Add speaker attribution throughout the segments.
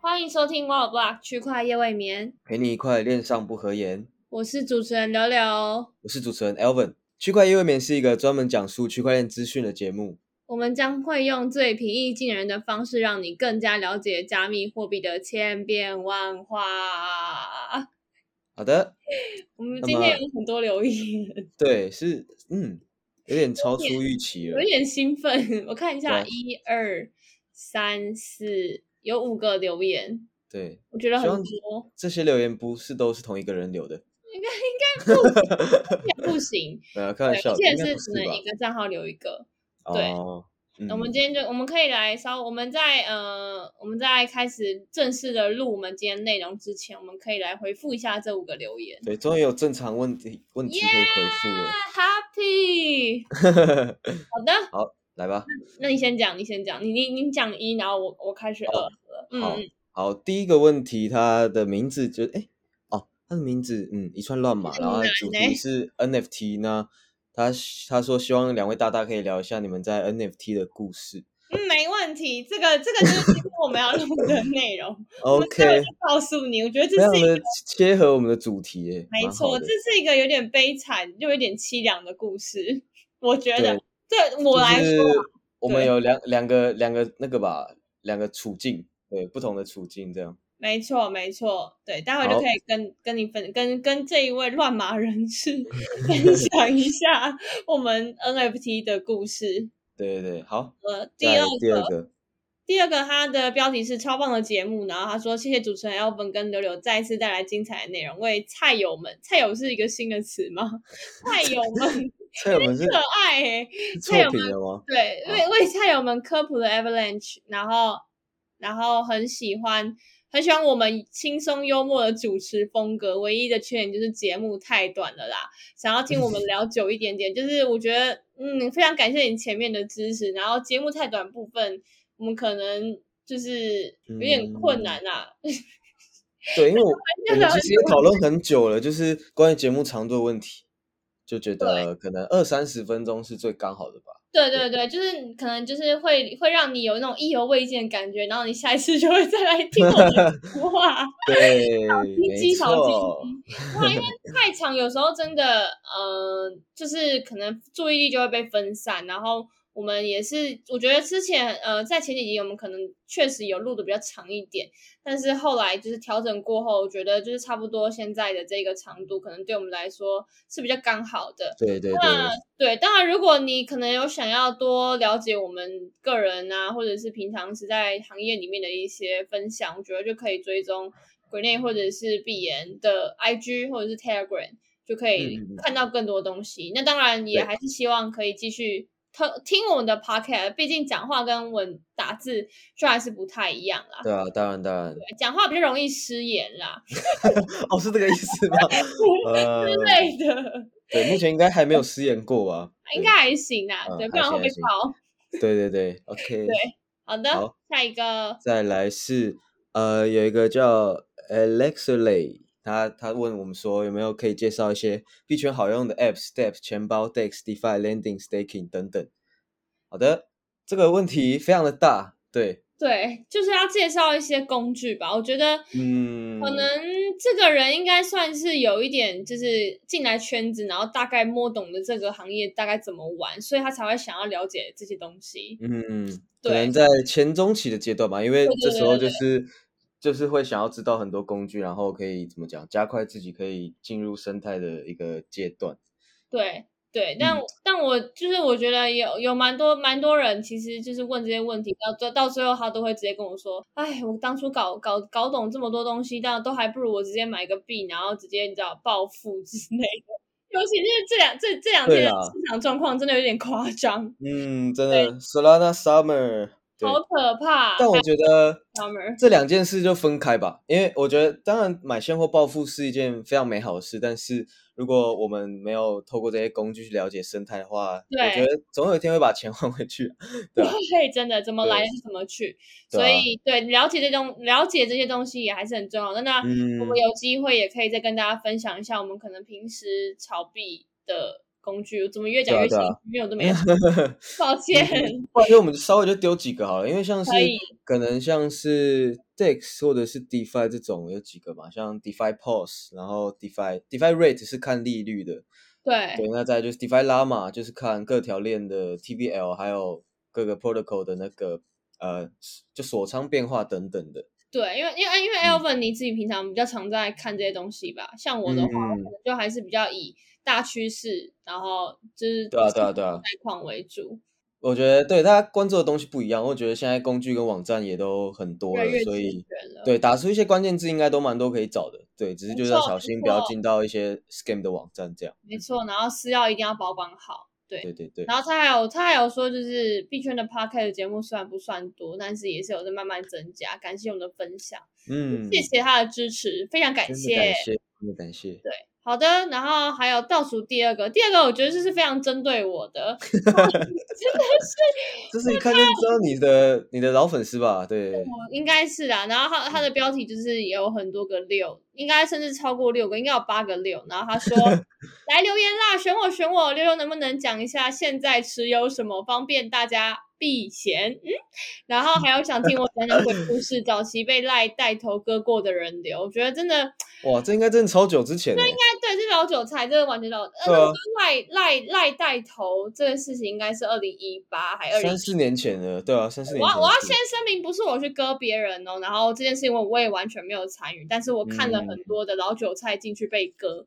Speaker 1: 欢迎收听 Wall Block 区块夜未眠，
Speaker 2: 陪你一块恋上不合言。
Speaker 1: 我是主持人柳柳。
Speaker 2: 我是主持人 Elvin。区块链未眠是一个专门讲述区块链资讯的节目。
Speaker 1: 我们将会用最平易近人的方式，让你更加了解加密货币的千变万化。
Speaker 2: 好的，
Speaker 1: 我们
Speaker 2: 那
Speaker 1: 今天
Speaker 2: 么
Speaker 1: 有很多留言，
Speaker 2: 对，是嗯，有点超出预期
Speaker 1: 有
Speaker 2: 了。
Speaker 1: 点兴奋。我看一下，
Speaker 2: 对
Speaker 1: 一二三四，有五个留言，
Speaker 2: 对，
Speaker 1: 我觉得很
Speaker 2: 希望
Speaker 1: 多，
Speaker 2: 这些留言不是都是同一个人留的，
Speaker 1: 应该不行。
Speaker 2: 没有呃开
Speaker 1: 对，
Speaker 2: 玩笑
Speaker 1: 而
Speaker 2: 的，
Speaker 1: 且
Speaker 2: 应该
Speaker 1: 是
Speaker 2: 不
Speaker 1: 只
Speaker 2: 是
Speaker 1: 能
Speaker 2: 吧
Speaker 1: 一？个账号留一个。对
Speaker 2: 哦，嗯
Speaker 1: 那我们今天就我们可以来稍，我们在呃，我们在开始正式的录我们今天内容之前，我们可以来回复一下这五个留言。
Speaker 2: 对，终于有正常问题问题可以回复了。
Speaker 1: 啊 Happy，好的，
Speaker 2: 来吧，
Speaker 1: 那你先讲，你先讲，你你你讲一，然后我我开始二了。嗯，
Speaker 2: 好
Speaker 1: 嗯
Speaker 2: 好，第一个问题，它的名字就哎哦，它的名字嗯一串乱码，然后它的主
Speaker 1: 奶奶
Speaker 2: 题是 NFT 呢。他他说希望两位大大可以聊一下你们在 NFT 的故事。
Speaker 1: 嗯，没问题，这个这个就是今天我们要录的内 容。我们待会
Speaker 2: OK，
Speaker 1: 就告诉你，我觉得这
Speaker 2: 非常
Speaker 1: 是一个
Speaker 2: 的切合我们的主题耶，
Speaker 1: 没
Speaker 2: 蛮
Speaker 1: 错，
Speaker 2: 好
Speaker 1: 这
Speaker 2: 的
Speaker 1: 是一个有点悲惨又有点凄凉的故事，我觉得
Speaker 2: 对。
Speaker 1: 对我来
Speaker 2: 就
Speaker 1: 说
Speaker 2: 是
Speaker 1: 啊，
Speaker 2: 我们
Speaker 1: 对
Speaker 2: 有两两个两个那个吧，两个处境，对不同的处境这样。
Speaker 1: 没错，没错，对，待会就
Speaker 2: 好
Speaker 1: 可以跟跟你分跟跟这一位乱码人士 分享一下我们 NFT 的故事。
Speaker 2: 对对对，好，
Speaker 1: 呃，第
Speaker 2: 再
Speaker 1: 二
Speaker 2: 来第二
Speaker 1: 个，
Speaker 2: 个，
Speaker 1: 第二个，他的标题是超棒的节目，然后他说谢谢主持人 Elvin 跟柳柳再次带来精彩的内容，为菜友们，菜友是一个新的词吗？ 菜友们
Speaker 2: 这我们是
Speaker 1: 可爱、欸，
Speaker 2: 是
Speaker 1: 这有
Speaker 2: 错评了吗？
Speaker 1: 对，
Speaker 2: 好
Speaker 1: 为为菜友们科普了 Avalanche，然后然后很喜欢很喜欢我们轻松幽默的主持风格，唯一的缺点就是节目太短了啦。想要听我们聊久一点点，就是我觉得嗯，非常感谢你前面的支持，然后节目太短部分，我们可能就是有点困难啦、
Speaker 2: 对，因为我我
Speaker 1: 那个
Speaker 2: 们其实也讨论很久了，就是关于节目长度的问题，就觉得可能二三十分钟是最刚好的吧。
Speaker 1: 对对对，就是可能就是会会让你有那种意犹未尽的感觉，然后你下一次就会再来听我们说话。
Speaker 2: 对，
Speaker 1: 听
Speaker 2: 没
Speaker 1: 机少
Speaker 2: 错，
Speaker 1: 听机，哇，因为太长，有时候真的，呃，就是可能注意力就会被分散。然后我们也是，我觉得之前，呃，在前几集我们可能确实有录的比较长一点，但是后来就是调整过后，我觉得就是差不多现在的这个长度，可能对我们来说是比较刚好的。
Speaker 2: 对对对，
Speaker 1: 那对，当然，如果你可能有想要多了解我们个人啊，或者是平常是在行业里面的一些分享，我觉得就可以追踪国内或者是闭言的 IG 或者是 Telegram，就可以
Speaker 2: 嗯嗯嗯
Speaker 1: 看到更多东西。那当然也
Speaker 2: 对
Speaker 1: 还是希望可以继续特听我们的 Podcast，毕竟讲话跟文打字就还是不太一样啦。
Speaker 2: 对啊，当然当然，
Speaker 1: 讲话比较容易失言啦
Speaker 2: 哦，是这个意思吗？呃
Speaker 1: 之， 类的，
Speaker 2: 对，目前应该还没有失言过吧？
Speaker 1: 应该还行啦，
Speaker 2: 嗯
Speaker 1: 对，不
Speaker 2: 还
Speaker 1: 然会
Speaker 2: 行
Speaker 1: 被
Speaker 2: 还行
Speaker 1: 爆。
Speaker 2: 对对对对，OK。
Speaker 1: 对好的，
Speaker 2: 好
Speaker 1: 下一个
Speaker 2: 再来是呃，有一个叫 Alexley，他他问我们说有没有可以介绍一些币圈好用的 App、Step、钱包、Dex、DeFi、Lending、Staking 等等。好的，这个问题非常的大，对，
Speaker 1: 对，就是要介绍一些工具吧。我觉得
Speaker 2: 嗯，
Speaker 1: 可能这个人应该算是有一点，就是进来圈子，然后大概摸懂了这个行业大概怎么玩，所以他才会想要了解这些东西。
Speaker 2: 嗯，可
Speaker 1: 对
Speaker 2: 能在前中期的阶段吧，因为
Speaker 1: 对对
Speaker 2: 这
Speaker 1: 对
Speaker 2: 时候
Speaker 1: 对
Speaker 2: 就是就是会想要知道很多工具，然后可以怎么讲，加快自己可以进入生态的一个阶段。
Speaker 1: 对对，
Speaker 2: 嗯
Speaker 1: 但、但我就是我觉得有有蛮多蛮多人，其实就是问这些问题，到最到最后他都会直接跟我说：“哎，我当初搞搞搞懂这么多东西，但都还不如我直接买个币，然后直接你知道暴富之类的。”尤其是这两这这两
Speaker 2: 对
Speaker 1: 天的
Speaker 2: 啦
Speaker 1: 市场状况真的有点夸张，
Speaker 2: 嗯，真的，Solana Summer，对，
Speaker 1: 好可怕。
Speaker 2: 但我觉得
Speaker 1: Summer
Speaker 2: 这两件事就分开吧，因为我觉得当然买现货暴富是一件非常美好的事，但是如果我们没有透过这些工具去了解生态的话，我
Speaker 1: 对
Speaker 2: 觉得总有一天会把钱还回去。 对啊
Speaker 1: 对，真的怎么
Speaker 2: 对
Speaker 1: 来就怎么去，
Speaker 2: 对
Speaker 1: 所
Speaker 2: 啊
Speaker 1: 以对了解这种了解这些东西也还是很重要的。那
Speaker 2: 嗯
Speaker 1: 我，们有机会也可以再跟大家分享一下我们可能平时炒币的工具，我怎么越讲越
Speaker 2: 对
Speaker 1: 心
Speaker 2: 啊
Speaker 1: 虚
Speaker 2: 嗯对啊，
Speaker 1: 因为我都没有 想，抱歉。
Speaker 2: 不然就我们稍微就丢几个好了，因为像是
Speaker 1: 可以
Speaker 2: 可能像是 DEX 或者是 DeFi 这种有几个嘛，像 DeFi Pulse，然后 DeFi DeFi Rate 是看利率的，
Speaker 1: 对
Speaker 2: 对，那再来就是 DeFi Llama 就是看各条链的 TVL，还有各个 protocol 的那个呃就锁仓变化等等的。
Speaker 1: 对，因为因为因为
Speaker 2: 嗯
Speaker 1: Elvin 你自己平常比较常在看这些东西吧，像我的话，我
Speaker 2: 嗯
Speaker 1: 可能就还是比较以大趋势，然后就是
Speaker 2: 对啊对啊对啊
Speaker 1: 概况为主。
Speaker 2: 我觉得对大家关注的东西不一样，我觉得现在工具跟网站也都很多
Speaker 1: 越
Speaker 2: 了
Speaker 1: 来，越
Speaker 2: 所
Speaker 1: 齐
Speaker 2: 以
Speaker 1: 全了。
Speaker 2: 对打出一些关键字应该都蛮多可以找的。对，只是
Speaker 1: 没
Speaker 2: 就是要
Speaker 1: 错
Speaker 2: 小
Speaker 1: 没
Speaker 2: 心不要
Speaker 1: 错
Speaker 2: 进到一些 scam 的网站这样。
Speaker 1: 没错，然后私钥一定要保管好。对，
Speaker 2: 对对对，
Speaker 1: 然后他还有他还有说，就是币圈的 podcast 节目虽然不算多，但是也是有在慢慢增加。感谢我们的分享，
Speaker 2: 嗯，
Speaker 1: 谢谢他的支持，非常感
Speaker 2: 真
Speaker 1: 谢。
Speaker 2: 的感谢，真的感谢。
Speaker 1: 好的，然后还有倒数第二个，第二个我觉得这是非常针对我的，嗯真的是
Speaker 2: 就是一看就知道你的你的老粉丝吧？对，
Speaker 1: 我应该是啦、然后他他的标题就是也有很多个六，应该甚至超过六个，应该有八个六。然后他 说来留言啦，选我选我，六六能不能讲一下现在持有什么，方便大家避嫌？嗯，然后还有想听我讲讲鬼故事，早期被赖带头割过的人流，我觉得真的。
Speaker 2: 哇，这应该真的超久之前了。
Speaker 1: 对，是老韭菜，这个完全老。呃，
Speaker 2: 对啊
Speaker 1: 赖赖赖带头这个事情应该是二零一八还二零
Speaker 2: 三。四年前了，对啊，三四
Speaker 1: 我
Speaker 2: 年
Speaker 1: 要
Speaker 2: 前。
Speaker 1: 我要先声明，不是我去割别人哦，然后这件事情我我也完全没有参与，但是我看了
Speaker 2: 嗯
Speaker 1: 很多的老韭菜进去被割，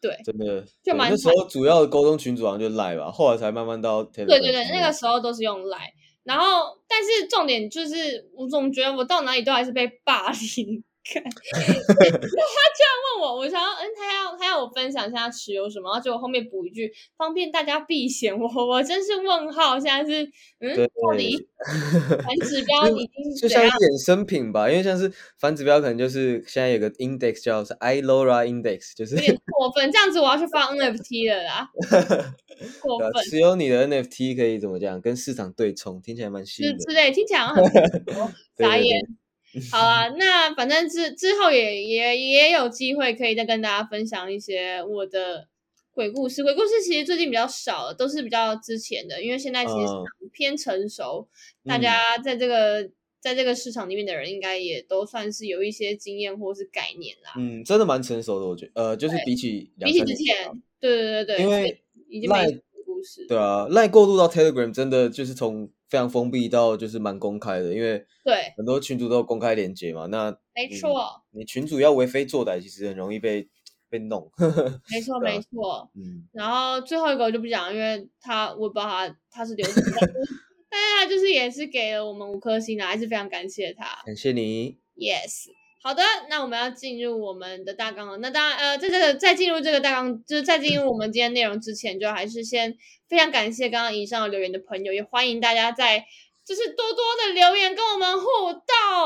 Speaker 1: 对
Speaker 2: 真的，
Speaker 1: 就
Speaker 2: 对
Speaker 1: 蛮
Speaker 2: 那时候主要的沟通群主好像就赖吧，后来才慢慢到 Telegram 之
Speaker 1: 对
Speaker 2: 类的。
Speaker 1: 对对，那个时候都是用赖，然后但是重点就是我总觉得我到哪里都还是被霸凌。 看他居然问我，我想要，嗯，他要他要我分享一下持有什么，然后结果后面补一句，方便大家避嫌。我我真是问号，现在是嗯，
Speaker 2: 对
Speaker 1: 到底反指标已经
Speaker 2: 就是
Speaker 1: 怎
Speaker 2: 像一
Speaker 1: 样？
Speaker 2: 衍生品吧，因为像是反指标，可能就是现在有个 index 叫是 ILORA index，就是
Speaker 1: 有点过分，这样子我要去发 NFT 了啦，过
Speaker 2: 对啊
Speaker 1: 分
Speaker 2: 持有你的 NFT 可以怎么讲，跟市场对冲，听起来蛮新
Speaker 1: 之
Speaker 2: 的。
Speaker 1: 之类，听起来好像很
Speaker 2: 对
Speaker 1: 傻
Speaker 2: 对对
Speaker 1: 眼。好啊，那反正之之后也也也有机会可以再跟大家分享一些我的鬼故事。鬼故事其实最近比较少了，都是比较之前的，因为现在其实市场
Speaker 2: 嗯
Speaker 1: 偏成熟，大
Speaker 2: 嗯
Speaker 1: 家在这个、在这个市场里面的人，应该也都算是有一些经验或是概念啦。
Speaker 2: 嗯，真的蛮成熟的，我觉得，呃，就是比起
Speaker 1: 啊
Speaker 2: 两
Speaker 1: 比起
Speaker 2: 三
Speaker 1: 之
Speaker 2: 年
Speaker 1: 前，对对对对，
Speaker 2: 因
Speaker 1: 所以
Speaker 2: 为
Speaker 1: 已经没
Speaker 2: 赖
Speaker 1: 什么故事，
Speaker 2: 对啊，赖过渡到 Telegram 真的就是从非常封闭到就是蛮公开的，因为
Speaker 1: 对，
Speaker 2: 很多群主都有公开连接嘛，那
Speaker 1: 没
Speaker 2: 嗯
Speaker 1: 错，
Speaker 2: 你群主要为非作歹，其实很容易被被弄。
Speaker 1: 没错，
Speaker 2: 对啊
Speaker 1: 没错。
Speaker 2: 嗯，
Speaker 1: 然后最后一个我就不讲，因为他我也不知道他他是留什么，但是但是他就是也是给了我们五颗星的，还是非常感谢他。
Speaker 2: 感谢你。
Speaker 1: Yes，好的，那我们要进入我们的大纲了。那当然，呃，在这个在进入这个大纲，就是在进入我们今天内容之前，就还是先非常感谢刚刚以上留言的朋友，也欢迎大家在就是多多的留言跟我们互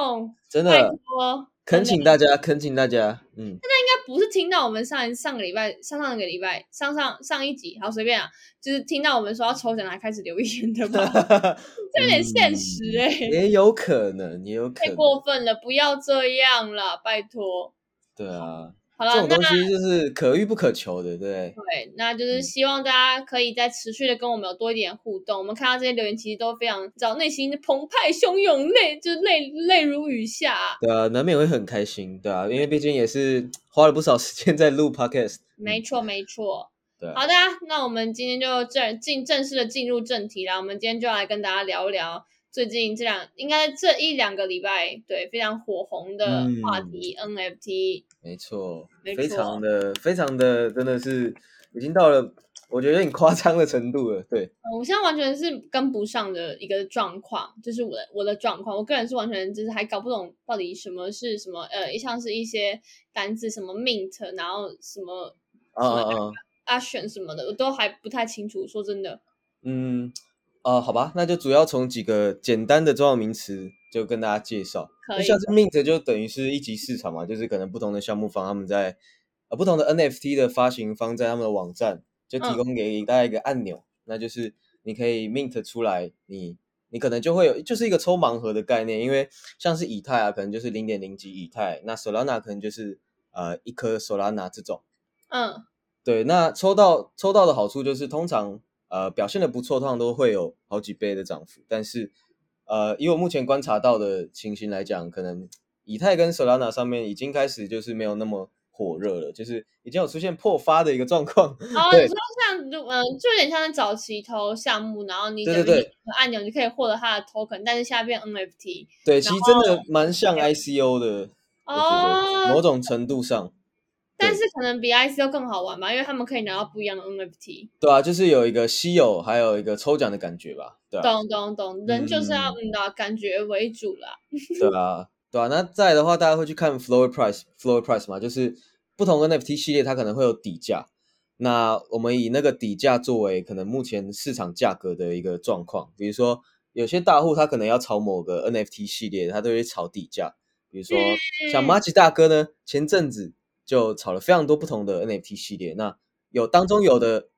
Speaker 1: 动，
Speaker 2: 真
Speaker 1: 拜
Speaker 2: 的，
Speaker 1: 托。
Speaker 2: 恳请大家，恳请大家，嗯，
Speaker 1: 不是听到我们上一上个礼拜、上上个礼拜、上上上一集，好随便啊，就是听到我们说要抽奖才开始留言的 吧？这有点现实哎、
Speaker 2: 嗯也有可能，也有可
Speaker 1: 太
Speaker 2: 能，
Speaker 1: 过分了，不要这样了，拜托。
Speaker 2: 对啊，
Speaker 1: 好
Speaker 2: 这
Speaker 1: 了，
Speaker 2: 种
Speaker 1: 那
Speaker 2: 东西就是可遇不可求的，对不对。
Speaker 1: 对，那就是
Speaker 2: 嗯
Speaker 1: 希望大家可以再持续的跟我们有多一点互动。我们看到这些留言，其实都非常找内心澎湃汹涌，泪就是泪泪如雨下啊、
Speaker 2: 对啊，难免会很开心，对啊，因为毕竟也是花了不少 时间在录 podcast，嗯
Speaker 1: 没错，没错。
Speaker 2: 对啊
Speaker 1: 好的啊，那我们今天就正进正式的进入正题啦。我们今天就来跟大家聊一聊最近这两，应该这一两个礼拜，对非常火红的
Speaker 2: 嗯
Speaker 1: 话题、NFT。
Speaker 2: 没错，
Speaker 1: 没
Speaker 2: 非
Speaker 1: 错
Speaker 2: 常的非常的真的是已经到了我觉得有点夸张的程度了，对，
Speaker 1: 呃我现在完全是跟不上的一个状况，就是我的我的状况，我个人是完全就是还搞不懂到底什么是什么，呃，像是一些单字什么 mint，然后什么
Speaker 2: 啊啊啊，
Speaker 1: action 什么的，我都还不太清楚。说真的，
Speaker 2: 嗯，啊，好吧，那就主要从几个简单的重要名词就跟大家介绍，
Speaker 1: 可
Speaker 2: 那
Speaker 1: 以
Speaker 2: 像是 mint 就等于是一级市场嘛，就是可能不同的项目方他们在呃不同的 NFT 的发行方在他们的网站就提
Speaker 1: 嗯
Speaker 2: 供给大家一个按钮，那就是你可以 mint 出来，你你可能就会有就是一个抽盲盒的概念，因为像是以太啊，可能就是零点零级以太，那 Solana 可能就是呃一颗 Solana 这种。
Speaker 1: 嗯，
Speaker 2: 对，那抽到抽到的好处就是，通常呃表现的不错，通常都会有好几倍的涨幅。但是呃，以我目前观察到的情形来讲，可能以太跟 Solana 上面已经开始就是没有那么火热了，就是已经有出现破发的一个状况。
Speaker 1: 哦，
Speaker 2: 对
Speaker 1: 你说像就嗯，就有点像是早期投项目，然后你
Speaker 2: 对
Speaker 1: 等于
Speaker 2: 对对
Speaker 1: 你一个按钮你就可以获得它的 token，但是现在变 NFT
Speaker 2: 对，其实真的蛮像 ICO 的，我觉得
Speaker 1: 哦
Speaker 2: 某，种程度上，
Speaker 1: 但是可能比 ICO 更好玩吧，因为他们可以拿到不一样的 NFT。
Speaker 2: 对啊，就是有一个稀有，还有一个抽奖的感觉吧，对啊，
Speaker 1: 懂懂懂，人就是要嗯的感觉为主啦。
Speaker 2: 对啊，对啊。那再来的话，大家会去看 floor price，floor price 嘛，就是不同的 NFT 系列它可能会有底价。那我们以那个底价作为可能目前市场价格的一个状况，比如说有些大户他可能要炒某个 NFT 系列，他都会炒底价。比如说像
Speaker 1: 嗯
Speaker 2: 马吉大哥呢，前阵子就炒了非常多不同的 NFT 系列，那有当中有的，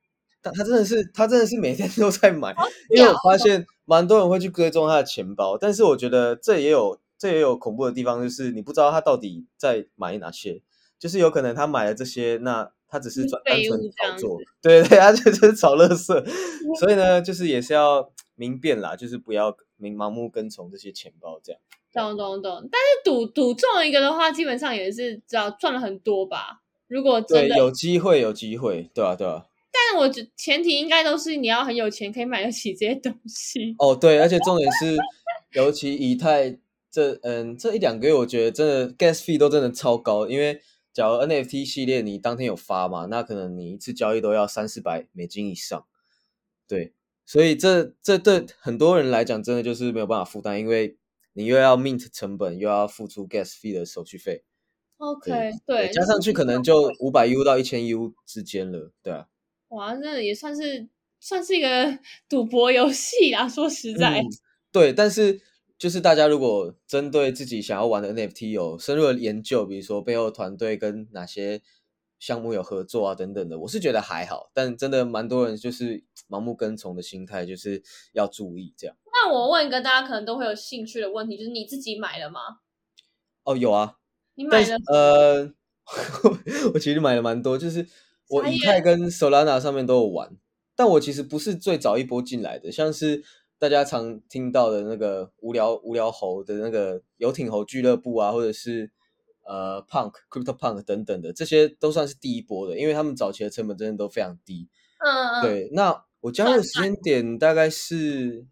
Speaker 2: 他他真的是他真的是每天都在买，因为我
Speaker 1: 哦
Speaker 2: 发现蛮多人会去追踪他的钱包，但是我觉得这也有这也有恐怖的地方，就是你不知道他到底在买哪些，就是有可能他买了这些，那他只是
Speaker 1: 嗯
Speaker 2: 专单
Speaker 1: 废
Speaker 2: 纯
Speaker 1: 物这
Speaker 2: 炒
Speaker 1: 样嗯
Speaker 2: 作，对对，他就 就是炒乐色，所以呢，就是也是要明辨啦，就是不要明盲目跟从这些钱包这样。
Speaker 1: 懂懂懂，但是赌赌中一个的话，基本上也是只要赚了很多吧。如果真
Speaker 2: 对，
Speaker 1: 的，
Speaker 2: 有机会，有机会，对啊，对啊。
Speaker 1: 但我觉前提应该都是你要很有钱，可以买得起这些东西。
Speaker 2: 哦，对，而且重点是，尤其以太这嗯这一两个月，我觉得真的 gas fee 都真的超高，因为假如 NFT 系列你当天有发嘛，那可能你一次交易都要三四百美金以上，对，所以这这对很多人来讲真的就是没有办法负担，因为你又要 mint 成本，又要付出 gas fee 的手续费，
Speaker 1: OK，
Speaker 2: 对，
Speaker 1: 对，
Speaker 2: 加上去可能就五百 U 到一千 U 之间了，对啊，
Speaker 1: 哇，那也算是算是一个赌博游戏啦。说实 在，
Speaker 2: 嗯对，但是就是大家如果针对自己想要玩的 NFT 有深入的研究，比如说背后团队跟哪些项目有合作啊等等的，我是觉得还好，但真的蛮多人就是盲目跟从的心态，就是要注意这样。
Speaker 1: 那我问一个大家可能都会有兴趣的问题，就是你自己买了吗？
Speaker 2: 哦，有啊，
Speaker 1: 你买
Speaker 2: 但是
Speaker 1: 了？
Speaker 2: 呃， 我其实买了蛮多，就是我
Speaker 1: 傻
Speaker 2: 以
Speaker 1: 眼
Speaker 2: 太跟 Solana 上面都有玩，但我其实不是最早一波进来的，像是大家常听到的那个无聊无聊猴的那个游艇猴俱乐部啊，或者是呃 Punk Crypto Punk 等等的，这些都算是第一波的，因为他们早期的成本真的都非常低。
Speaker 1: 嗯嗯，嗯，
Speaker 2: 对，那我加入的时间点大概是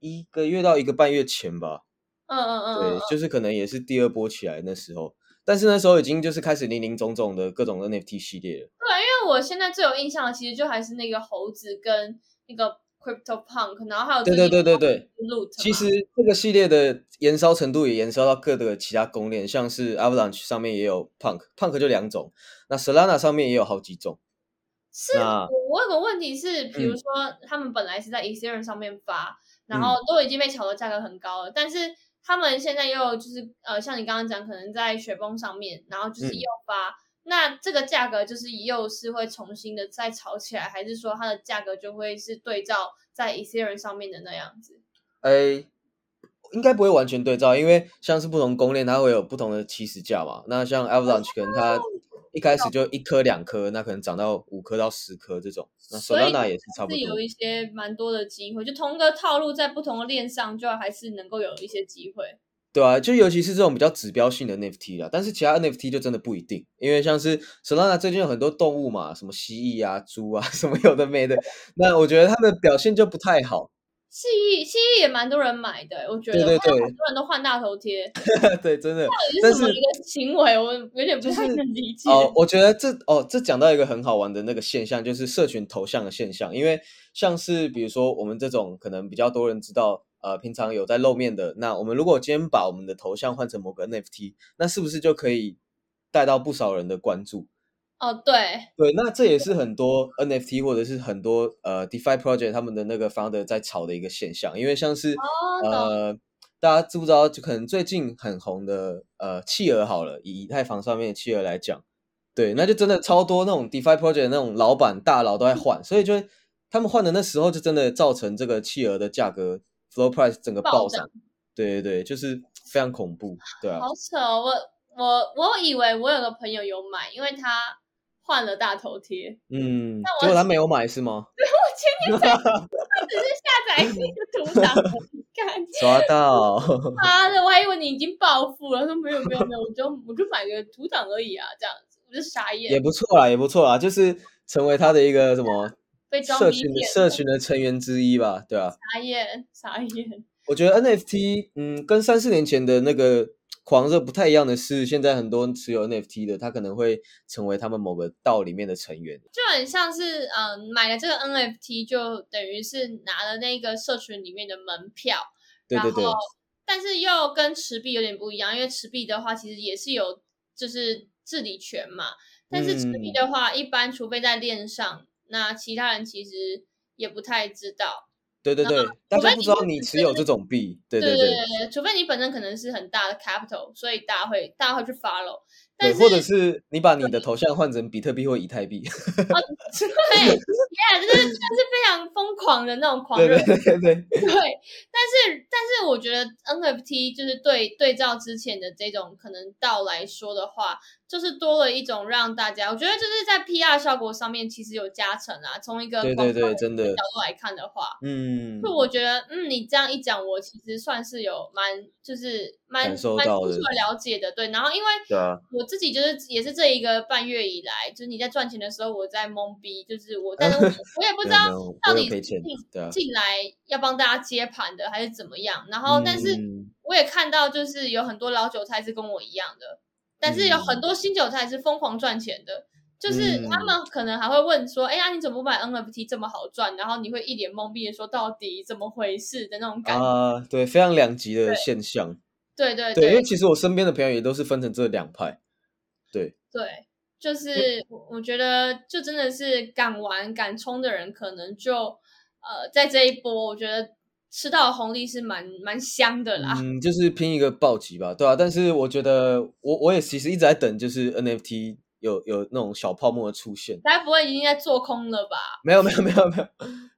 Speaker 2: 一个月到一个半月前吧。
Speaker 1: 嗯嗯嗯嗯
Speaker 2: 对，就是可能也是第二波起来那时候，但是那时候已经就是开始林林总总的各种 NFT 系列了。
Speaker 1: 对，因为我现在最有印象的其实就还是那个猴子跟那个 Crypto Punk，然后还有
Speaker 2: 对对对对对，
Speaker 1: Loot 嘛。
Speaker 2: 其实这个系列的延烧程度也延烧到各个其他公链，像是 Avalanche 上面也有 Punk，Punk 就两种，那 Solana 上面也有好几种。
Speaker 1: 是
Speaker 2: 那嗯
Speaker 1: 我有个问题是，比如说他们本来是在 Ethereum 上面发，然后
Speaker 2: 嗯
Speaker 1: 都已经被炒的价格很高了，但是他们现在又就是呃，像你刚刚讲，可能在雪崩上面，然后就是
Speaker 2: 嗯
Speaker 1: 又发，那这个价格就是又是会重新的再炒起来，还是说它的价格就会是对照在 Ethereum 上面的那样子？
Speaker 2: 诶，哎应该不会完全对照，因为像是不同公链它会有不同的起始价嘛。那
Speaker 1: 哦
Speaker 2: 像 Avalanche 可能它一开始就一颗两颗，那可能涨到五颗到十颗这种。那
Speaker 1: 所以
Speaker 2: Solana 也是差不
Speaker 1: 是
Speaker 2: 多。
Speaker 1: 有一些蛮多的机会，就同个套路在不同的链上，就还是能够有一些机会。
Speaker 2: 对啊，就尤其是这种比较指标性的 NFT 啦，但是其他 NFT 就真的不一定，因为像是 Solana 最近有很多动物嘛，什么蜥蜴啊、 猪啊，什么有的没的，那我觉得它的表现就不太好。
Speaker 1: 蜥蜴，蜥蜴也蛮多人买的，欸我觉得
Speaker 2: 对对对
Speaker 1: 很多人都换大头贴，
Speaker 2: 对，真的。
Speaker 1: 这
Speaker 2: 但
Speaker 1: 是什么
Speaker 2: 是
Speaker 1: 一个行为？我有点不太
Speaker 2: 就是
Speaker 1: 能理解。
Speaker 2: 哦，我觉得这哦，这讲到一个很好玩的那个现象，就是社群头像的现象。因为像是比如说我们这种可能比较多人知道，呃，平常有在露面的，那我们如果今天把我们的头像换成某个 NFT，那是不是就可以带到不少人的关注？
Speaker 1: 哦，对，
Speaker 2: 对，那这也是很多 NFT 或者是很多呃 DeFi project 他们的那个 founder 在炒的一个现象，因为像是、
Speaker 1: 哦，懂，
Speaker 2: 呃，大家知不知道？就可能最近很红的呃企鹅好了，以以太坊上面的企鹅来讲，对，那就真的超多那种 DeFi project 那种老板大佬都在换，所以就会他们换的那时候就真的造成这个企鹅的价格 floor price 整个
Speaker 1: 暴
Speaker 2: 暴
Speaker 1: 涨
Speaker 2: 涨，对对对，就是非常恐怖，对啊，
Speaker 1: 好扯哦、我我我以为我有个朋友有买，因为他换了大头贴。
Speaker 2: 嗯，
Speaker 1: 那我
Speaker 2: 结果他没有买是吗？
Speaker 1: 我前年才，我只是下载那个图档而已，看
Speaker 2: 抓 到，
Speaker 1: 妈的，我还以为你已经暴富了。他说没有没有没有，我就我就买个图档而已啊，这样子我就傻
Speaker 2: 也
Speaker 1: 眼，
Speaker 2: 不错啦，也不错啦，就是成为他的一个什
Speaker 1: 啊
Speaker 2: 么
Speaker 1: 被装
Speaker 2: 社
Speaker 1: 逼
Speaker 2: 群的
Speaker 1: 脸
Speaker 2: 社
Speaker 1: 了，
Speaker 2: 群的成员之一吧，对吧、啊
Speaker 1: 傻眼傻眼。
Speaker 2: 我觉得 NFT，嗯，跟三四年前的那个狂热不太一样的是，现在很多持有 NFT 的，他可能会成为他们某个道里面的成员。
Speaker 1: 就很像是嗯买了这个 NFT，就等于是拿了那个社群里面的门票，
Speaker 2: 对对
Speaker 1: 然
Speaker 2: 对
Speaker 1: 后，但是又跟持币有点不一样，因为持币的话其实也是有就是治理权嘛，但是持币
Speaker 2: 嗯
Speaker 1: 的话、一般除非在链上，那其他人其实也不太知道，
Speaker 2: 对对对，大
Speaker 1: 除非
Speaker 2: 家不
Speaker 1: 你
Speaker 2: 知道
Speaker 1: 是
Speaker 2: 你
Speaker 1: 只
Speaker 2: 持
Speaker 1: 是
Speaker 2: 有这种币，对
Speaker 1: 对
Speaker 2: 对，
Speaker 1: 对，除非你本身可能是很大的 capital，所以大家会大家会去 follow，但
Speaker 2: 对，
Speaker 1: 是
Speaker 2: 或者是你把你的头像换成比特币或以太币，
Speaker 1: 对，yeah，这是这是非常疯狂的那种狂
Speaker 2: 对
Speaker 1: 热
Speaker 2: 对对对，
Speaker 1: 对，但是但是我觉得 NFT 就是对对照之前的这种可能道来说的话，就是多了一种让大家，我觉得就是在 PR 效果上面其实有加成啊。从一个
Speaker 2: 对对
Speaker 1: 广告
Speaker 2: 对
Speaker 1: 人
Speaker 2: 真的
Speaker 1: 角度来看的话，
Speaker 2: 嗯
Speaker 1: 就，我觉得，嗯，你这样一讲，我其实算是有蛮就是蛮蛮
Speaker 2: 感
Speaker 1: 清
Speaker 2: 受
Speaker 1: 楚
Speaker 2: 到的
Speaker 1: 的了解的，对。然后因为
Speaker 2: 对啊，
Speaker 1: 我自己就是也是这一个半月以来，就是你在赚钱的时候，我在懵逼，就是我， 但是我我也不知
Speaker 2: 没有
Speaker 1: 道
Speaker 2: 没有
Speaker 1: 到
Speaker 2: 我有
Speaker 1: 底
Speaker 2: 赔
Speaker 1: 是
Speaker 2: 钱
Speaker 1: 进
Speaker 2: 对啊
Speaker 1: 进来要帮大家接盘的还是怎么样。然后，但是
Speaker 2: 嗯
Speaker 1: 我也看到，就是有很多老韭菜是跟我一样的，但是有很
Speaker 2: 嗯
Speaker 1: 多新韭菜是疯狂赚钱的。就是他
Speaker 2: 嗯
Speaker 1: 们可能还会问说：“哎呀，你怎么不买 NFT 这么好赚？”然后你会一脸懵逼的说：“到底怎么回事的那种感觉。
Speaker 2: 啊，对，非常两极的现象，
Speaker 1: 对对
Speaker 2: 对，因
Speaker 1: 对
Speaker 2: 为其实我身边的朋友也都是分成这两派，对，
Speaker 1: 对，就是我我觉得，就真的是敢玩敢冲的人，可能就呃，在这一波，我觉得吃到的红利是蛮蛮香的啦。
Speaker 2: 嗯，就是拼一个暴击吧，对啊。但是我觉得我我也其实一直在等，就是 NFT 有有那种小泡沫的出现。
Speaker 1: 该不会已经在做空了吧？
Speaker 2: 没有没有没有没有，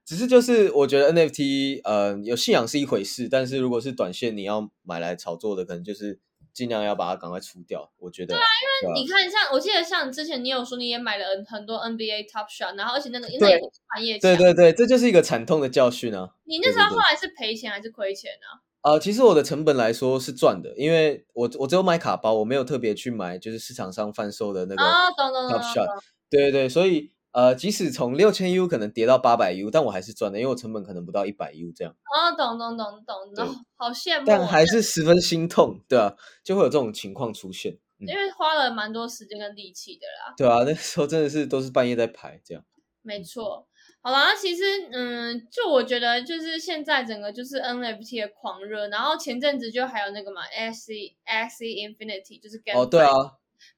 Speaker 2: 只是就是我觉得 NFT 呃有信仰是一回事，但是如果是短线你要买来炒作的，可能就是尽量要把它赶快出掉。我觉得对啊，
Speaker 1: 那你看像，我记得像之前你有说你也买了很很多 NBA Top Shot，然后而且那个那也
Speaker 2: 对
Speaker 1: 是半夜
Speaker 2: 对
Speaker 1: 抢
Speaker 2: 对对，这就是一个惨痛的教训啊。
Speaker 1: 你那时
Speaker 2: 对
Speaker 1: 候
Speaker 2: 对
Speaker 1: 后来是赔钱还是亏钱呢、
Speaker 2: 呃，其实我的成本来说是赚的，因为我我只有买卡包，我没有特别去买就是市场上贩售的那个
Speaker 1: 啊？哦，懂懂懂
Speaker 2: Top
Speaker 1: 懂
Speaker 2: Shot，对对对，所以呃，即使从六千 U 可能跌到八百 U，但我还是赚的，因为我成本可能不到一百 U 这样，
Speaker 1: 哦，懂懂懂懂
Speaker 2: 对
Speaker 1: 懂，好羡慕哦。
Speaker 2: 但还嗯是十分心痛，对啊，就会有这种情况出现，嗯
Speaker 1: 因，为花了蛮多时间跟力气的啦。
Speaker 2: 对啊，那时候真的是都是半夜在排这样，
Speaker 1: 没错。好啦，那其实嗯，就我觉得就是现在整个就是 NFT 的狂热，然后前阵子就还有那个嘛，Axie Axie Infinity 就是 g a
Speaker 2: 哦，对啊，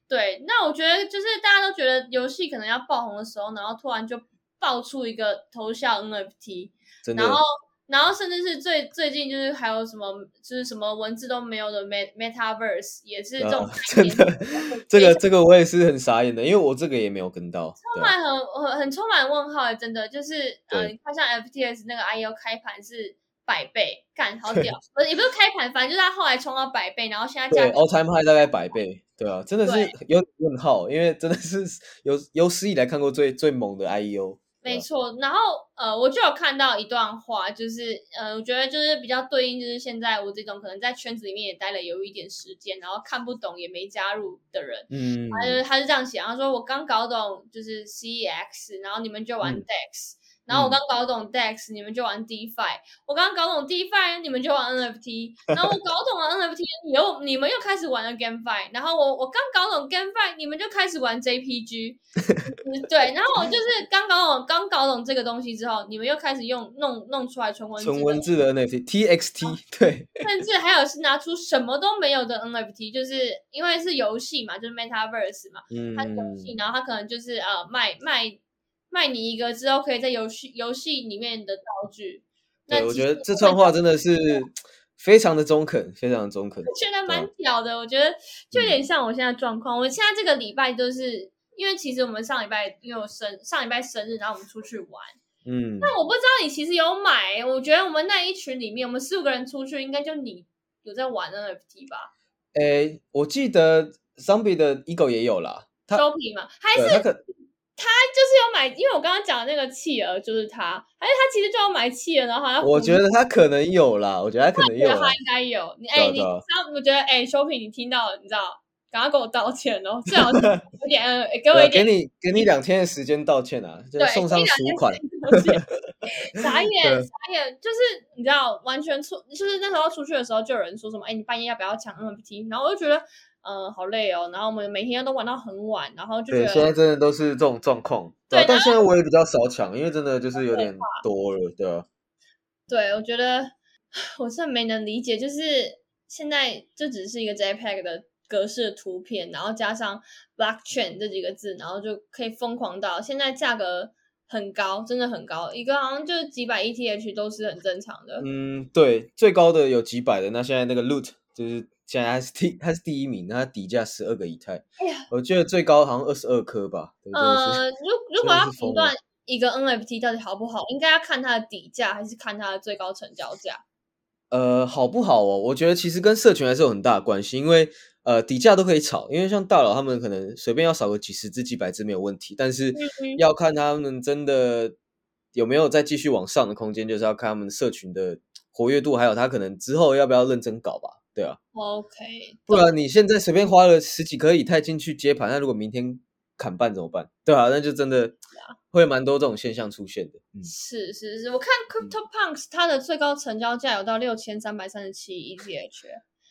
Speaker 1: 对，那我觉得就是大家都觉得游戏可能要爆红的时候，然后突然就爆出一个头像 NFT，
Speaker 2: 真的
Speaker 1: 然，后然后甚至是最最近就是还有什么就是什么文字都没有的 Met Metaverse 也是
Speaker 2: 对
Speaker 1: 这种
Speaker 2: 啊，
Speaker 1: 概
Speaker 2: 真
Speaker 1: 念
Speaker 2: 的，这个这个我也是很傻眼的，因为我这个也没有跟到，
Speaker 1: 充
Speaker 2: 对啊，
Speaker 1: 满很很很充满问号，欸真的就是呃，
Speaker 2: 对
Speaker 1: 你看像 FTS 那个 IEO 开盘是百倍，干好屌，不是也不是开盘，反正就是它后来冲到百倍，然后现在价
Speaker 2: 对哦
Speaker 1: 格
Speaker 2: ，all time high 大概百倍，对啊，真的是
Speaker 1: 对
Speaker 2: 有点问号，因为真的是有有史以来看过最最猛的 IEO，对
Speaker 1: 没
Speaker 2: 啊
Speaker 1: 错，然后呃，我就有看到一段话，就是呃，我觉得就是比较对应，就是现在我这种可能在圈子里面也待了有一点时间，然后看不懂也没加入的人，
Speaker 2: 嗯，
Speaker 1: 他就是他是这样写，他说我刚搞懂就是 CEX，然后你们就玩
Speaker 2: 嗯
Speaker 1: DEX，、然后我
Speaker 2: 嗯
Speaker 1: 刚搞懂 DEX，你们就玩 DeFi，我刚搞懂 E DeFi，你们就玩 NFT，然后我搞懂了 NFT，你又你们又开始玩了 GameFi，然后我我刚搞懂 GameFi，你们就开始玩 JPG，嗯对，然后我就是刚搞懂刚搞懂这个东西之后，你们又开始用弄弄出来纯文字
Speaker 2: 嗯纯
Speaker 1: 的哦
Speaker 2: 文字的 NFT TXT，对，
Speaker 1: 甚至还有是拿出什么都没有的 NFT，就是因为是游戏嘛，就是 Metaverse 嘛。它是游
Speaker 2: 嗯，
Speaker 1: 戏，然后它可能就是呃卖卖卖你一个之后可以在游戏游戏里面的道具。那
Speaker 2: 对，我
Speaker 1: 其
Speaker 2: 觉
Speaker 1: 实
Speaker 2: 得这
Speaker 1: 会
Speaker 2: 串
Speaker 1: 让
Speaker 2: 话真的是非常的中肯，非常的中肯，
Speaker 1: 我觉得
Speaker 2: 对
Speaker 1: 蛮
Speaker 2: 啊
Speaker 1: 屌的，我觉得就有
Speaker 2: 嗯
Speaker 1: 点像我现在状况。我现在这个礼拜就是因为其实我们上礼拜因为我生上礼拜生日，然后我们出去玩。
Speaker 2: 嗯，
Speaker 1: 但我不知道你其实有买，我觉得我们那一群里面，我们四五个人出去，应该就你有在玩 NFT 吧？
Speaker 2: 诶，我记得 Zombie 的 Ego 也有啦，他
Speaker 1: 周平嘛，还
Speaker 2: 对啊
Speaker 1: 是
Speaker 2: 他可
Speaker 1: 他就是要买，因为我刚刚讲的那个企鹅就是他，还是他其实就要买企鹅，然后好像
Speaker 2: 我觉得他可能有啦，我觉得他可能
Speaker 1: 哦觉
Speaker 2: 有啊
Speaker 1: 得
Speaker 2: 啦
Speaker 1: 他。应该有你哎、
Speaker 2: 对啊
Speaker 1: 你知
Speaker 2: 对啊
Speaker 1: 道？我觉得哎，修、平，你听到了你知道，赶快给我道歉 哦，最好是有点呃给我
Speaker 2: 对
Speaker 1: 一
Speaker 2: 啊给
Speaker 1: 点
Speaker 2: 你给你两天的时间道歉啊，就
Speaker 1: 对
Speaker 2: 是送上
Speaker 1: 给你两
Speaker 2: 赎
Speaker 1: 天
Speaker 2: 款。
Speaker 1: 时间道歉 傻眼
Speaker 2: 对
Speaker 1: 傻眼，就是你知道，完全出就是那时候出去的时候，就有人说什么哎、你半夜要不要抢 NFT？然后我就觉得。嗯，好累哦。然后我们每天都玩到很晚，然后就觉
Speaker 2: 对，
Speaker 1: 得
Speaker 2: 现在真的都是这种状况。对啊
Speaker 1: 对，
Speaker 2: 但现在我也比较少抢，因为真的就是有点多了，对啊吧？
Speaker 1: 对，我觉得我真的没能理解，就是现在这只是一个 JPEG 的格式的图片，然后加上 blockchain 这几个字，然后就可以疯狂到现在价格很高，真的很高，一个好像就是几百 ETH 都是很正常的。
Speaker 2: 嗯，对，最高的有几百的，那现在那个 Loot 就是现在还是第还是第一名，那它底价十二个以太
Speaker 1: 哎呀，
Speaker 2: 我记得最高好像二十二颗吧。对真的是
Speaker 1: 呃，如如
Speaker 2: 真
Speaker 1: 果
Speaker 2: 的
Speaker 1: 要
Speaker 2: 是疯
Speaker 1: 评断一个 NFT 到底好不好，应该要看它的底价，还是看它的最高成交价？
Speaker 2: 呃，好不好哦？我觉得其实跟社群还是有很大的关系，因为呃底价都可以炒，因为像大佬他们可能随便要少个几十只、几百只没有问题，但是
Speaker 1: 嗯
Speaker 2: 要看他们真的有没有再继续往上的空间，就是要看他们社群的活跃度，还有他可能之后要不要认真搞吧，对啊，
Speaker 1: ，OK，
Speaker 2: 不然你现在随便花了十几颗以太进去接盘，那如果明天砍半怎么办？对啊，那就真的会蛮多这种现象出现的，嗯。
Speaker 1: 是是是，我看 CryptoPunks 它的最高成交价有到六千三百三十七 E ETH，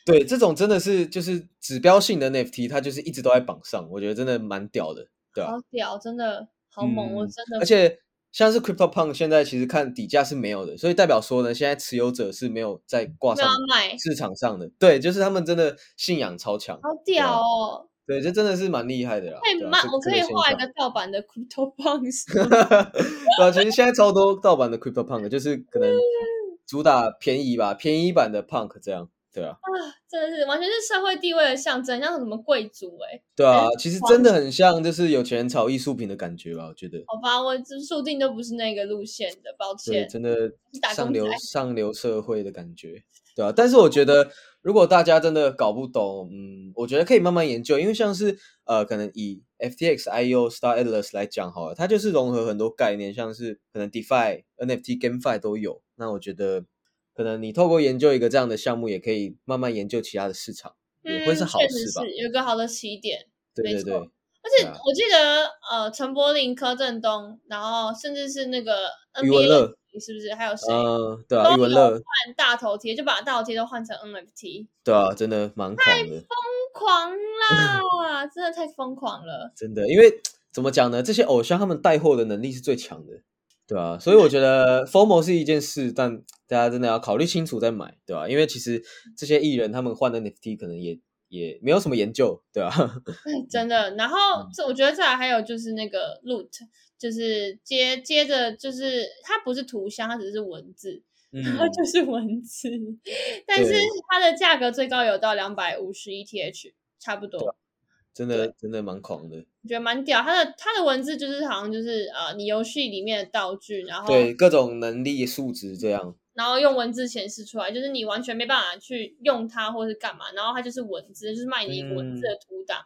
Speaker 2: 对，这种真的是就是指标性的 NFT，它就是一直都在榜上，我觉得真的蛮屌的，对吧、
Speaker 1: 好屌，真的好猛，我
Speaker 2: 嗯
Speaker 1: 真的
Speaker 2: 而且像是 CryptoPunk 现在其实看底价是没有的，所以代表说呢，现在持有者是没有在挂
Speaker 1: 没有
Speaker 2: 上
Speaker 1: 要卖，
Speaker 2: 市场上的，对，就是他们真的信仰超强，
Speaker 1: 好屌哦！
Speaker 2: 对，这真的是蛮厉害的啦。
Speaker 1: 可以
Speaker 2: 啊对啊
Speaker 1: 卖
Speaker 2: 这，
Speaker 1: 我
Speaker 2: 这
Speaker 1: 可以
Speaker 2: 现
Speaker 1: 画一
Speaker 2: 象
Speaker 1: 个盗版的 Crypto Punks，
Speaker 2: 对啊，其实现在超多盗版的 CryptoPunk，就是可能
Speaker 1: 嗯
Speaker 2: 主打便宜吧，便宜版的 Punk 这样，对
Speaker 1: 哎
Speaker 2: 啊。
Speaker 1: 真的是完全是社会地位的象征，像什么贵族哎、
Speaker 2: 对
Speaker 1: 哎
Speaker 2: 啊，其实真的很像，就是有钱人炒艺术品的感觉吧，我觉得。
Speaker 1: 好吧，我这注定都不是那个路线的，抱
Speaker 2: 对，
Speaker 1: 歉。
Speaker 2: 真的
Speaker 1: 是打
Speaker 2: 上
Speaker 1: 工
Speaker 2: 流
Speaker 1: 仔
Speaker 2: 上流社会的感觉，对啊。但是我觉得，如果大家真的搞不懂，嗯，我觉得可以慢慢研究，因为像是呃，可能以 FTX、IO、Star Atlas 来讲好了，它就是融合很多概念，像是可能 DeFi、NFT、GameFi 都有。那我觉得，可能你透过研究一个这样的项目，也可以慢慢研究其他的市场，也会是
Speaker 1: 嗯
Speaker 2: 好
Speaker 1: 确实
Speaker 2: 事吧？
Speaker 1: 是有个好的起点。
Speaker 2: 对
Speaker 1: 没
Speaker 2: 对
Speaker 1: 错
Speaker 2: 对，
Speaker 1: 而且
Speaker 2: 对啊
Speaker 1: 我记得，呃，陈柏霖、柯震东，然后甚至是那个
Speaker 2: 余文
Speaker 1: NBA
Speaker 2: 乐
Speaker 1: 是不是还有谁换、
Speaker 2: 嗯，对啊，余
Speaker 1: 都
Speaker 2: 文
Speaker 1: 有
Speaker 2: 乐，
Speaker 1: 大头贴，就把大头贴都换成 NFT，
Speaker 2: 对啊，真的蛮狂的，
Speaker 1: 疯狂 啦，真的太疯狂了。
Speaker 2: 真的，因为怎么讲呢？这些偶像他们带货的能力是最强的，对啊，所以我觉
Speaker 1: 嗯
Speaker 2: 得 formal 是一件事，但大家真的要考虑清楚再买，对吧、因为其实这些艺人他们换的 NFT 可能也也没有什么研究，对吧、 啊？
Speaker 1: 真的。然后
Speaker 2: 嗯
Speaker 1: 这我觉得再来还有就是那个 loot，就是接接着就是它不是图像，它只是文字，
Speaker 2: 嗯，
Speaker 1: 它就是文字，但是
Speaker 2: 对
Speaker 1: 它的价格最高有到两百五十 ETH，差不
Speaker 2: 啊
Speaker 1: 多。
Speaker 2: 真的真的蛮狂的，
Speaker 1: 我觉得蛮屌，它的它的文字就是好像就是呃，你游戏里面的道具，然后
Speaker 2: 对各种能力素质这样，
Speaker 1: 然后用文字显示出来，就是你完全没办法去用它或是干嘛，然后它就是文字，就是卖你一个文字的图档，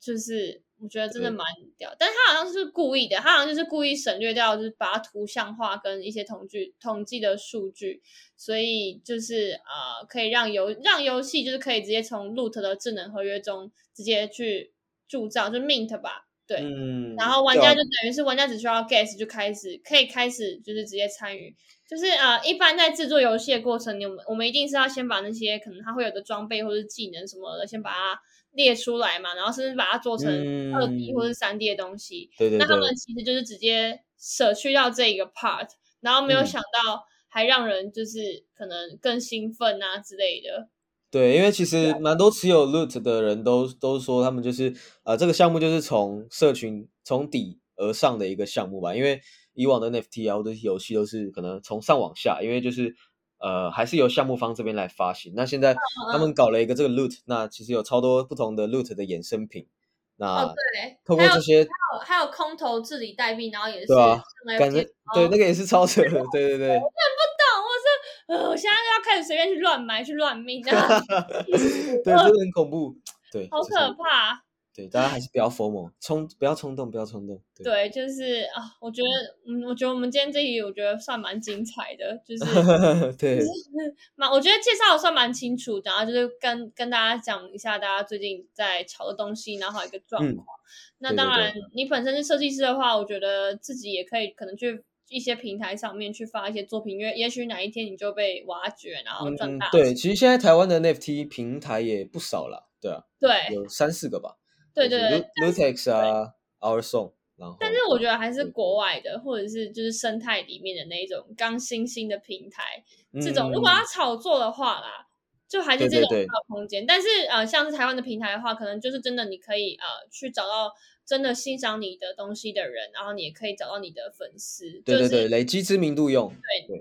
Speaker 1: 就是我觉得真的
Speaker 2: 对
Speaker 1: 蛮屌，但是它好像是故意的，它好像就是故意省略掉，就是把它图像化跟一些统计统计的数据，所以就是呃，可以让游让游戏就是可以直接从 Loot 的智能合约中直接去铸造，就 Mint 吧，对，
Speaker 2: 嗯，
Speaker 1: 然后玩
Speaker 2: 对啊
Speaker 1: 家就等于是玩家只需要 guess 就开始可以开始就是直接参与，就是呃一般在制作游戏的过程，你们我们一定是要先把那些可能它会有的装备或者技能什么的先把它列出来嘛，然后甚至把它做成二 D
Speaker 2: 嗯
Speaker 1: 或者三 D 的东西。
Speaker 2: 对对
Speaker 1: 那他
Speaker 2: 对
Speaker 1: 们，其实就是直接舍去掉这一个 part，然后没有
Speaker 2: 嗯
Speaker 1: 想到还让人就是可能更兴奋啊之类的。
Speaker 2: 对，因为其实
Speaker 1: 啊
Speaker 2: 蛮多持有 Loot 的人都都说他们就是呃这个项目就是从社群从底而上的一个项目吧，因为以往的 NFT 啊或者是游戏都是可能从上往下，因为就是呃还是由项目方这边来发行。那
Speaker 1: 嗯
Speaker 2: 现在他们搞了一个这个 Loot，那其实有超多不同的 Loot 的衍生品，
Speaker 1: 哦
Speaker 2: 那，
Speaker 1: 对，
Speaker 2: 啊透
Speaker 1: 还
Speaker 2: 过
Speaker 1: 有
Speaker 2: 这些
Speaker 1: 还有空投治理代币，然后也是
Speaker 2: 对啊
Speaker 1: 上来
Speaker 2: 感
Speaker 1: 接
Speaker 2: 觉对
Speaker 1: 哦
Speaker 2: 那个也是超扯的，对 对对。
Speaker 1: 我是，呃，我现在要开始随便 去乱买，去乱命啊，
Speaker 2: 对，真的很恐怖。对，
Speaker 1: 好
Speaker 2: 就是
Speaker 1: 可怕。
Speaker 2: 对，大家还是不要 formal，冲不要冲动，不要冲动。对，
Speaker 1: 对，就是啊，我觉得，嗯，我觉得我们今天这一集我觉得算蛮精彩的，就是
Speaker 2: 对
Speaker 1: 蛮，我觉得介绍得算蛮清楚的，然后啊就是跟跟大家讲一下大家最近在炒的东西，然后还有一个状
Speaker 2: 嗯
Speaker 1: 况。那
Speaker 2: 对
Speaker 1: 当
Speaker 2: 对
Speaker 1: 然，你本身是设计师的话，我觉得自己也可以可能去一些平台上面去发一些作品，因为也许哪一天你就被挖掘，然后赚
Speaker 2: 嗯
Speaker 1: 大，
Speaker 2: 对，其实现在台湾的 NFT 平台也不少啦，对啊，
Speaker 1: 对
Speaker 2: 有三四个吧。
Speaker 1: 对对对。
Speaker 2: l u t e x 啊，Our Song，然后
Speaker 1: 但是我觉得还是
Speaker 2: 对嗯
Speaker 1: 国外的，或者是就是生态里面的那一种刚新兴的平台，
Speaker 2: 得
Speaker 1: 这种如果要炒作的话啦，就还是这种
Speaker 2: 嗯对对对
Speaker 1: 小空间。但是呃，像是台湾的平台的话，可能就是真的你可以呃去找到真的欣赏你的东西的人，然后你也可以找到你的粉丝，
Speaker 2: 对对
Speaker 1: 就
Speaker 2: 对
Speaker 1: 是
Speaker 2: 累积知名度用，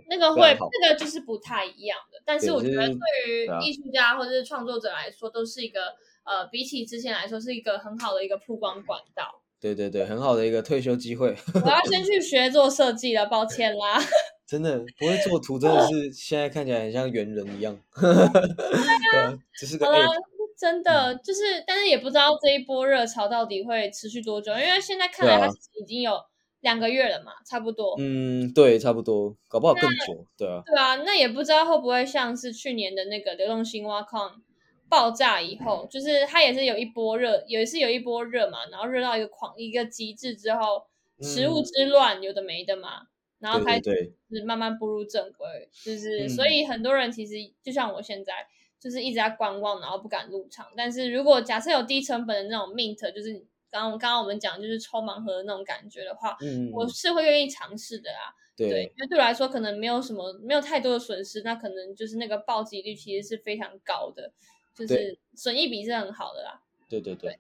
Speaker 1: 那个
Speaker 2: 非常
Speaker 1: 会
Speaker 2: 好
Speaker 1: 那个就是不太一样的。但是
Speaker 2: 对
Speaker 1: 我觉得对
Speaker 2: 就是
Speaker 1: 于
Speaker 2: 对啊
Speaker 1: 艺术家或者是创作者来说，都是一个呃比起之前来说是一个很好的一个曝光管道。
Speaker 2: 对对对，很好的一个退休机会，
Speaker 1: 我要先去学做设计了，抱歉啦。
Speaker 2: 真的不会做图 真的是现在看起来很像猿人一样， 对啊，只是个
Speaker 1: 好啦
Speaker 2: app，
Speaker 1: 真
Speaker 2: 嗯
Speaker 1: 的就是，但是也不知道这一波热潮到底会持续多久，因为现在看来
Speaker 2: 对
Speaker 1: 它
Speaker 2: 啊
Speaker 1: 其实已经有两个月了嘛，差不多。
Speaker 2: 嗯，对，差不多，搞不好更久，对啊，
Speaker 1: 对啊，那也不知道会不会像是去年的那个流动性挖矿爆炸以后，就是它也是有一波热，也是有一波热嘛，然后热到一个狂一个极致之后，食物
Speaker 2: 嗯
Speaker 1: 之乱有的没的嘛，然后开
Speaker 2: 对对
Speaker 1: 始
Speaker 2: 对，
Speaker 1: 就是慢慢步入正轨，就是、
Speaker 2: 嗯
Speaker 1: 所以很多人其实就像我现在，就是一直在观望，然后不敢入场。但是如果假设有低成本的那种 mint，就是刚刚刚刚我们讲就是抽盲盒的那种感觉的话，
Speaker 2: 嗯，
Speaker 1: 我是会愿意尝试的啦。对
Speaker 2: 对，
Speaker 1: 因为对我来说可能没有什么没有太多的损失，那可能就是那个暴击率其实是非常高的，就是
Speaker 2: 对
Speaker 1: 损益比是很好的啦。
Speaker 2: 对对对，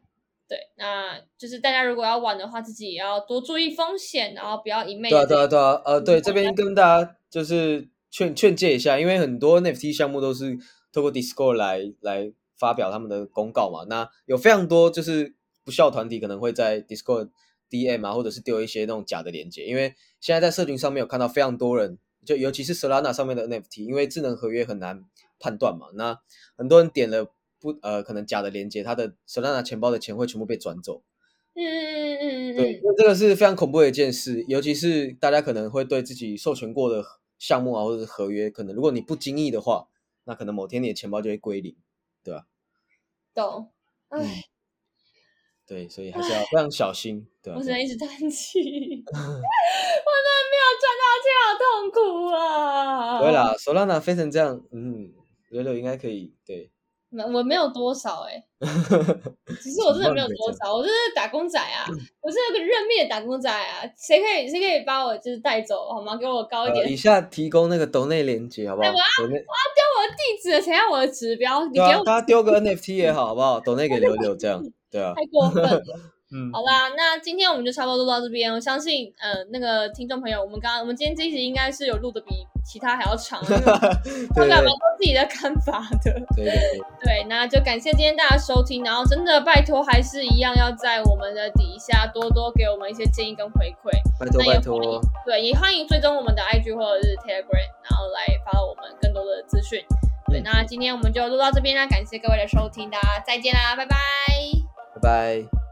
Speaker 1: 对，那就是大家如果要玩的话，自己也要多注意风险，然后不要一昧
Speaker 2: 对啊
Speaker 1: 地
Speaker 2: 对啊对啊，呃，
Speaker 1: 我
Speaker 2: 对，这边跟大家就是劝劝诫一下，因为很多 NFT 项目都是透过 Discord 来来发表他们的公告嘛，那有非常多就是不孝团体可能会在 Discord DM 啊，或者是丢一些那种假的链接，因为现在在社群上面有看到非常多人，就尤其是 Solana 上面的 NFT，因为智能合约很难判断嘛，那很多人点了不呃可能假的链接，他的 Solana 钱包的钱会全部被转走。
Speaker 1: 嗯嗯嗯嗯嗯嗯，
Speaker 2: 对，所以这个是非常恐怖的一件事，尤其是大家可能会对自己授权过的项目啊，或者是合约，可能如果你不经意的话，那可能某天你的钱包就会归零。
Speaker 1: 懂。啊唉，
Speaker 2: 嗯，对，所以还是要非常小心，对吧、
Speaker 1: 我只
Speaker 2: 对啊
Speaker 1: 能一直叹气，我真的没有赚到钱，好痛苦啊！
Speaker 2: 不会啦，Solana 飞成这样，嗯，柳柳应该可以，对，
Speaker 1: 没，我没有多少哎、 其实我真的没有多少，我就是打工仔啊，我是个认命的打工仔啊，谁可以谁可以把我就是带走好吗？给我高一点
Speaker 2: 呃，以下提供那个抖内连接，好不好？
Speaker 1: 哎我
Speaker 2: 抖内
Speaker 1: 丢我的地址，谁要我的指标？你
Speaker 2: 对
Speaker 1: 给
Speaker 2: 啊，
Speaker 1: 我
Speaker 2: 大家丢个 NFT 也好，好不好？抖内给柳柳这样，对啊，
Speaker 1: 太过分了。
Speaker 2: 嗯，
Speaker 1: 好啦，那今天我们就差不多录到这边。我相信，呃，那个听众朋友，我们刚刚我们今天这一集应该是有录的比其他还要长， 因为我们
Speaker 2: 对
Speaker 1: 干
Speaker 2: 对对
Speaker 1: 嘛都自己的看法的。
Speaker 2: 对对
Speaker 1: 对，那就感谢今天大家收听，然后真的拜托还是一样要在我们的底下多多给我们一些建议跟回馈。
Speaker 2: 拜托
Speaker 1: 那也
Speaker 2: 拜
Speaker 1: 欢迎
Speaker 2: 托，
Speaker 1: 对，也欢迎追踪我们的 IG 或者是 Telegram，然后来发我们更多的资讯。对，
Speaker 2: 嗯
Speaker 1: 那今天我们就录到这边啦，感谢各位的收听，大家再见啦，拜拜。
Speaker 2: 拜拜。